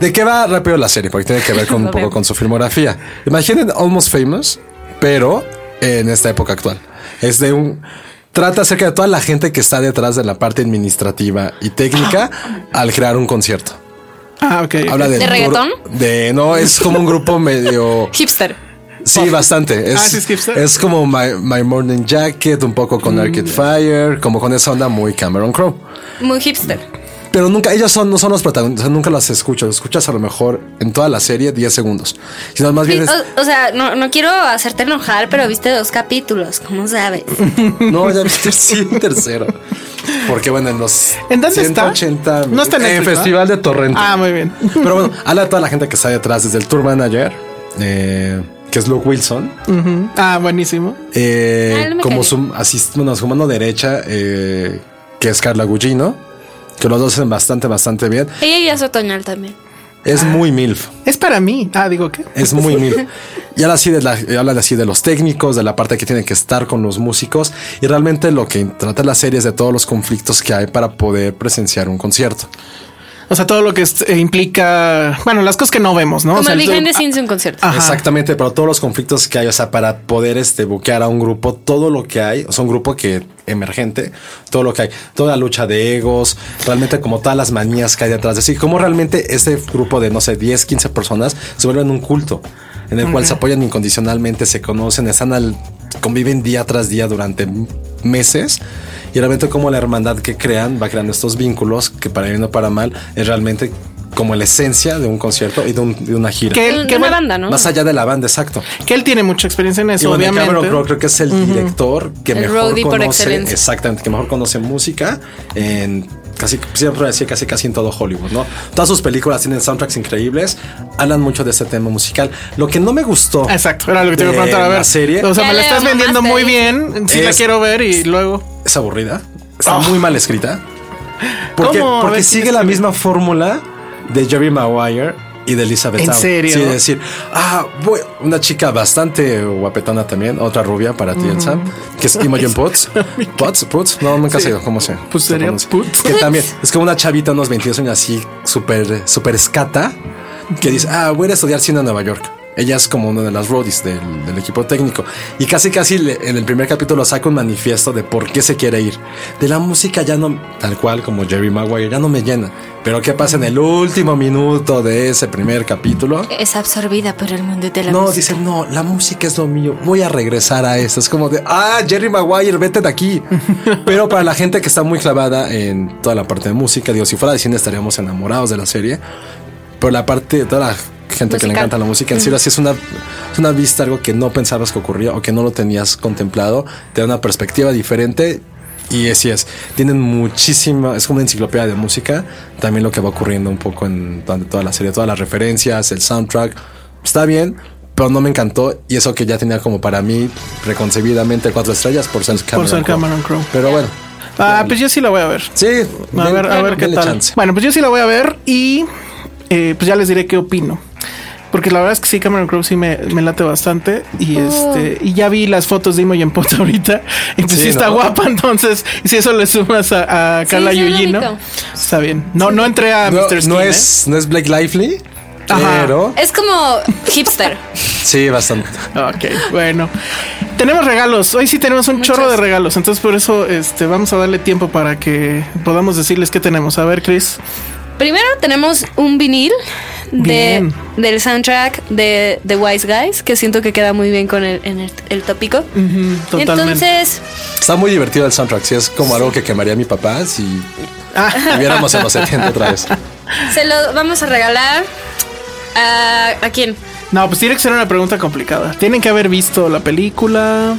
S4: ¿de qué va rápido la serie? Porque tiene que ver con un
S5: Lo
S4: poco
S5: veo.
S4: con su filmografía. Imaginen Almost Famous, pero en esta época actual. Es de un. Trata acerca de toda la gente que está detrás de la parte administrativa y técnica al crear un concierto.
S6: Ah, ok.
S4: Habla de.
S5: ¿De reggaetón?
S4: De no, es como un grupo medio.
S5: hipster.
S4: Sí, bastante.
S6: Ah, sí,
S4: Es,
S6: es hipster.
S4: es como my, My Morning Jacket, un poco con Arcade Fire, como con esa onda muy Cameron Crowe.
S5: Muy hipster.
S4: Pero nunca, ellos son, no son los protagonistas, o sea, nunca las escucho. Las escuchas a lo mejor en toda la serie 10 segundos. Sino más
S6: pues.
S4: bien es,
S5: O, o sea, no, no quiero hacerte enojar, pero viste dos capítulos, ¿cómo
S6: [LAUGHS]
S5: sabes?
S4: [LAUGHS] no, ya viste, sí, el tercero. Porque bueno, en los
S6: ¿En dónde está?
S4: 180
S6: No está en
S4: el
S6: Netflix, ¿no?
S4: Festival de Torrente.
S6: Ah, muy bien.
S4: Pero bueno, habla de toda la gente que está detrás, desde el tour manager, eh, que es Luke Wilson,
S6: Ujú. Ah, buenísimo.
S4: eh,
S5: Ah, no me
S4: como
S5: cae.
S4: su, asist- bueno, su mano derecha, eh, que es Carla Gugino, que los dos hacen bastante, bastante bien.
S5: Ella ya es otoñal también. Ah.
S4: Es muy MILF.
S6: Es para mí. Ah, digo qué.
S4: Es muy mil. Y habla así, de la- y habla así de los técnicos, de la parte que tienen que estar con los músicos. Y realmente lo que trata la serie es de todos los conflictos que hay para poder presenciar un concierto.
S6: O sea, todo lo que es- eh, implica, bueno, las cosas que no vemos, ¿no?
S5: Como
S6: o sea,
S5: el behind the
S6: todo-
S5: scenes de un concierto.
S6: Ajá.
S4: Exactamente, pero todos los conflictos que hay, o sea, para poder este, buquear a un grupo, todo lo que hay, o sea, un grupo que emergente, todo lo que hay, toda la lucha de egos, realmente como todas las manías que hay detrás de sí, cómo realmente ese grupo de, no sé, 10, 15 personas se vuelven un culto en el cual se apoyan incondicionalmente, se conocen, están al, conviven día tras día durante meses y realmente como la hermandad que crean va creando estos vínculos que para bien o para mal es realmente como la esencia de un concierto y de, un- de una gira.
S6: Que
S5: De
S6: él,
S5: un-
S6: que
S5: de una
S6: bueno,
S5: banda, ¿no? Pues
S4: Más allá de la banda, exacto.
S6: Ah, que él tiene mucha experiencia en
S4: Y
S6: eso,
S4: bueno,
S6: obviamente.
S4: Cameron Crowe creo que es el director que
S5: El
S4: mejor
S5: roadie por
S4: conoce,
S5: excelencia.
S4: exactamente, que mejor conoce música en casi siempre decía casi casi en todo Hollywood, ¿no? Todas sus películas tienen soundtracks increíbles, hablan mucho de ese tema musical. Lo que no me gustó,
S6: Exacto, era lo que te iba a
S4: de
S6: preguntar. A ver,
S4: la serie
S6: o sea,
S5: Ya
S6: me la
S5: le
S6: estás vendiendo
S5: mamaste
S6: muy
S5: ahí.
S6: bien. Sí, la
S4: Es-
S6: quiero ver y luego.
S4: es aburrida, está muy mal escrita, porque
S6: Ah. ¿Cómo? A
S4: porque
S6: ver,
S4: sigue
S6: ¿quién
S4: la
S6: escribe?
S4: misma fórmula de Jerry Maguire y de Elizabeth
S6: ¿En
S4: Town.
S6: serio?
S4: Sí, es decir, ah, voy- una chica bastante guapetona también, otra rubia para ti, Elsa, que es Imogen Potts.
S6: [LAUGHS]
S4: Potts, Potts, no, nunca sé cómo se.
S6: Pues
S4: se
S6: sería
S4: pronuncia.
S6: Potts.
S4: Que también es como una chavita, unos 22 años así, súper, súper escata, que dice, ah, voy a ir a estudiar cine a Nueva York. Ella es como una de las roadies del, del equipo técnico. Y casi, casi le- en el primer capítulo saca un manifiesto de por qué se quiere ir. De la música ya no, tal cual como Jerry Maguire, ya no me llena. Pero ¿qué pasa en el último minuto de ese primer capítulo?
S5: Es absorbida por el mundo de la
S4: No,
S5: música.
S4: dice, no, la música es lo mío, voy a regresar a esto. Es como de, ah, Jerry Maguire, vete de
S5: [LAUGHS]
S4: aquí. Pero para la gente que está muy clavada en toda la parte de música, digo, si fuera de cine estaríamos enamorados de la serie. Pero la parte de toda la gente que le
S5: Musical.
S4: encanta la música, en serio, así es una, es una vista, algo que no pensabas que ocurría o que no lo tenías contemplado, te da una perspectiva diferente. Y así es, tienen muchísima, es como una enciclopedia de música, también lo que va ocurriendo un poco en to- toda la serie, todas las referencias, el soundtrack, está bien, pero no me encantó y eso que ya tenía como para mí preconcebidamente cuatro estrellas por ser Cameron,
S6: ser
S4: Crowe.
S6: Cameron Crowe.
S4: Pero bueno,
S6: Ah, pues yo sí la voy a ver.
S4: sí,
S6: A ver, a ver qué tal. Bueno, pues yo sí la voy a ver y eh, pues ya les diré qué opino. Porque la verdad es que sí, Cameron Crowe sí me, me late bastante. Y
S5: Oh.
S6: este, y ya vi las fotos de Imogen Potts [LAUGHS] ahorita. Y pues sí,
S4: Sí,
S6: está
S4: ¿no?
S6: guapa. Entonces, y si eso le sumas a, a Carla
S5: sí, lo
S6: Yuji, ¿no?
S5: ubico.
S6: Está bien. No, no entré a
S4: No,
S6: Mr. Skin,
S4: no
S6: ¿eh?
S4: es, no es Blake Lively,
S6: Ajá.
S4: pero
S5: Es como hipster.
S4: sí, bastante.
S6: ¿eh? Ok, bueno. Tenemos regalos. Hoy sí tenemos un
S5: Muchos.
S6: chorro de regalos. Entonces, por eso este, vamos a darle tiempo para que podamos decirles qué tenemos. A ver, Chris.
S5: Primero tenemos un vinil de,
S6: Bien.
S5: del soundtrack de The Wise Guys, que siento que queda muy bien con el, en el, el tópico.
S6: totalmente.
S5: Entonces,
S4: Está muy divertido el soundtrack, sí, es como algo que quemaría a mi papá si
S6: Ah.
S4: viviéramos en los 70 otra vez.
S5: se lo vamos a regalar a, ¿a quién?
S6: No, pues tiene que ser una pregunta complicada. Tienen que haber visto la película.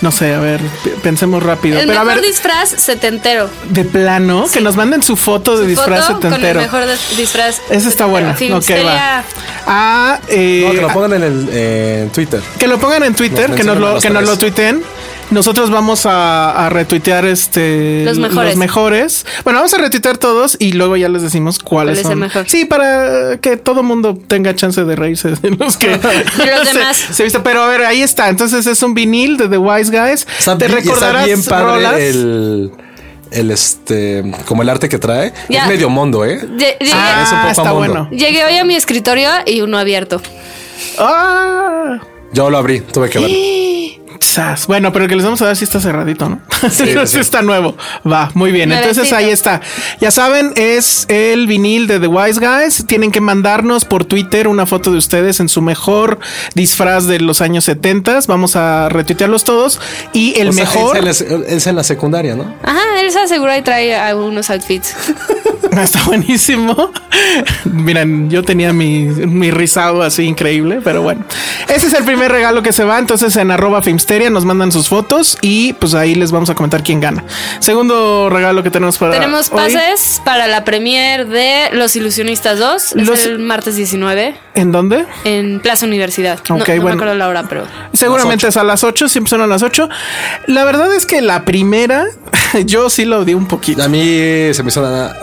S6: No sé, a ver, p- pensemos rápido.
S5: el
S6: Pero a
S5: mejor
S6: ver,
S5: disfraz setentero.
S6: de plano, que nos manden su foto de disfraz
S5: Foto con el
S6: setentero.
S5: mejor des- disfraz.
S6: Ese está bueno.
S5: setentero.
S6: Ok, va.
S5: Filmsteria.
S6: Ah, eh,
S4: No, que lo pongan en el eh, Twitter.
S6: que lo pongan en Twitter,
S4: Nos
S6: que nos
S4: mencionan a
S6: lo,
S4: los
S6: que nos
S4: tres.
S6: lo tuiteen. Nosotros vamos a, a retuitear este
S5: Los mejores.
S6: mejores. Bueno, vamos a retuitear todos y luego ya les decimos cuáles
S5: ¿Cuál es el
S6: son.
S5: mejor?
S6: Sí, para que todo mundo tenga chance de reírse de los
S5: [LAUGHS]
S6: que
S5: los demás.
S6: [LAUGHS] Se, se viste. Pero a ver, ahí está. Entonces es un vinil de The Wise Guys.
S4: Está
S6: Te
S4: bi- y está
S6: recordarás
S4: bien padre
S6: rolas.
S4: el el este como el arte que trae.
S5: Ya.
S4: Es medio mundo, ¿eh?
S5: Lle- llegué,
S6: Ah,
S4: es un poco
S6: está
S4: mundo.
S6: bueno.
S5: llegué hoy a mi escritorio y uno abierto.
S6: Ah.
S4: Yo lo abrí, tuve que verlo.
S6: [GASPS] Sas. Bueno, pero el que les vamos a dar si está cerradito, ¿no? [LAUGHS] no es está nuevo. Va, muy bien. Entonces
S5: Nuevecito.
S6: ahí está. Ya saben, es el vinil de The Wise Guys. Tienen que mandarnos por Twitter una foto de ustedes en su mejor disfraz de los años 70. Vamos a retuitearlos todos. Y el
S4: O sea,
S6: mejor.
S4: Elsa en la- Elsa en la secundaria, ¿no?
S5: Ajá, él se asegura y trae algunos outfits.
S6: [LAUGHS] Está buenísimo. Miren, yo tenía mi, mi rizado así increíble, pero bueno. Ese es el primer regalo que se va. Entonces en arroba Filmsteria nos mandan sus fotos y pues ahí les vamos a comentar quién gana. Segundo regalo que tenemos para
S5: Tenemos
S6: Ah, hoy.
S5: pases para la premier de Los Ilusionistas 2. es
S6: Los-
S5: el martes 19
S6: ¿En dónde?
S5: en Plaza Universidad. No-
S6: Ok,
S5: no, me
S6: bueno.
S5: acuerdo la hora, pero.
S6: Seguramente es a las 8, siempre son a las 8. La verdad es que la primera [LAUGHS] yo sí la odié un poquito.
S4: A mí se me hizo nada,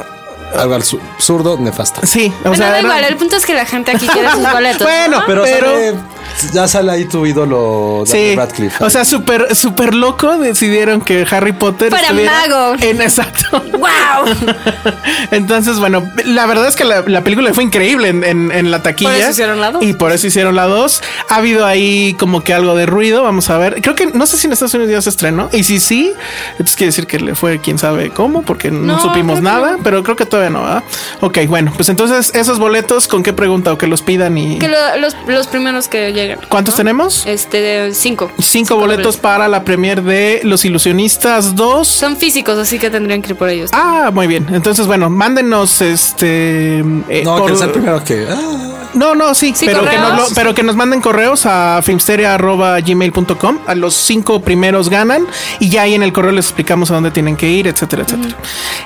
S4: algo absurdo, nefasta.
S6: Sí, o
S5: Bueno,
S6: sea,
S5: da
S6: era-
S5: igual, el punto es que la gente aquí quiere
S6: [LAUGHS]
S5: sus boletos.
S6: Bueno,
S5: ¿no?
S6: Ah, pero-
S4: Pero, sale- ya sale ahí tu ídolo Daniel
S6: Sí,
S4: Radcliffe.
S6: o sea, súper super loco decidieron que Harry Potter
S5: Fuera
S6: estuviera
S5: mago.
S6: En [LAUGHS] exacto.
S5: ¡Wow!
S6: Entonces, bueno, la verdad es que la, la película fue increíble en, en- en la taquilla.
S5: Por eso hicieron la dos.
S6: Y por eso hicieron la 2. Ha habido ahí como que algo de ruido. Vamos a ver. Creo que no sé si en Estados Unidos ya se estrenó. Y si sí, entonces quiere decir que le fue quién sabe cómo, porque no,
S5: No,
S6: supimos
S5: creo que
S6: nada,
S5: no.
S6: pero creo que todavía no. ¿verdad? Ok, bueno, pues entonces esos boletos, ¿con qué pregunta o que los pidan? y
S5: Que lo- los, los primeros que llegan.
S6: ¿Cuántos
S5: ¿no?
S6: tenemos?
S5: Este, cinco.
S6: Cinco boletos para la premier de Los Ilusionistas 2.
S5: Son físicos, así que tendrían que ir por ellos.
S6: Ah, muy bien. Entonces, bueno, mándenos este. eh,
S4: no,
S6: por-
S4: que sea el primero que. ah,
S6: No, no, sí,
S5: Sí,
S6: pero, que
S5: correos.
S6: nos, lo- pero que nos manden correos a filmsteria.gmail.com. A los cinco primeros ganan y ya ahí en el correo les explicamos a dónde tienen que ir, etcétera, etcétera.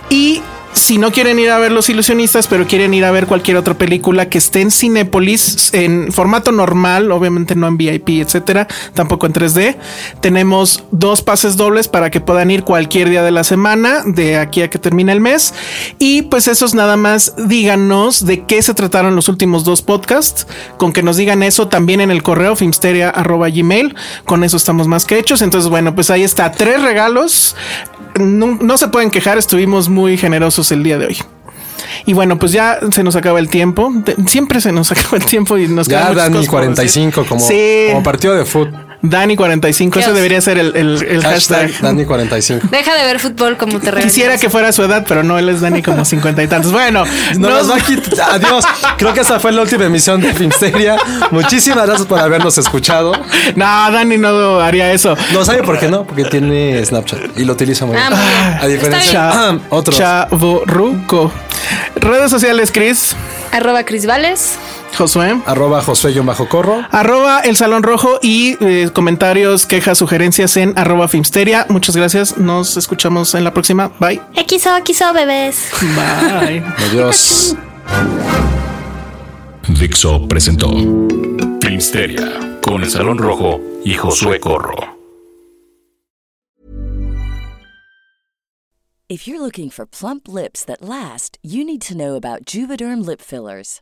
S6: Y si no quieren ir a ver Los Ilusionistas, pero quieren ir a ver cualquier otra película que esté en Cinépolis en formato normal, obviamente no en VIP, etcétera, tampoco en 3D, tenemos dos pases dobles para que puedan ir cualquier día de la semana, de aquí a que termine el mes. Y pues esos nada más díganos de qué se trataron los últimos dos podcasts, con que nos digan eso también en el correo filmsteria.gmail, con eso estamos más que hechos. Entonces, bueno, pues ahí está, tres regalos. No, no se pueden quejar, estuvimos muy generosos el día de hoy. Y bueno, pues ya se nos acaba el tiempo. Te- Siempre se nos [LAUGHS] acaba el tiempo y nos quedan
S4: Ya
S6: muchas
S4: Dani
S6: cosas por decir.
S4: 45 como,
S6: Sí.
S4: como partido de fútbol.
S6: Dani 45, ese
S5: Dios.
S6: debería ser el, el- el hashtag.
S4: Hashtag Dani
S6: [LAUGHS]
S4: 45.
S5: Deja de ver fútbol como te revelas.
S6: Quisiera que fuera su edad, pero no, él es Dani como 50 y tantos. Bueno,
S4: No
S6: nos-
S4: nos va a quitar. Adiós. Creo que esta fue la última emisión de Filmsteria. Muchísimas gracias por habernos escuchado.
S6: [LAUGHS] no, Dani no haría eso.
S4: No sabe por qué no, porque tiene Snapchat y lo utiliza muy bien.
S5: Ah, muy bien.
S4: A diferencia
S6: Cha-
S4: Ah, otros.
S6: Chavo Ruco. Redes sociales, Chris,
S5: Arroba Cris Vales.
S6: Josué.
S4: Arroba Josué bajo corro.
S6: Arroba el Salón Rojo y eh, comentarios, quejas, sugerencias en arroba Filmsteria. Muchas gracias. Nos escuchamos en la próxima. Bye.
S7: XO, XO, bebés.
S6: Bye.
S4: Adiós.
S2: Dixo presentó Filmsteria con el Salón Rojo y Josué Corro.
S8: If you're looking for plump lips that last, you need to know about Juvederm lip fillers.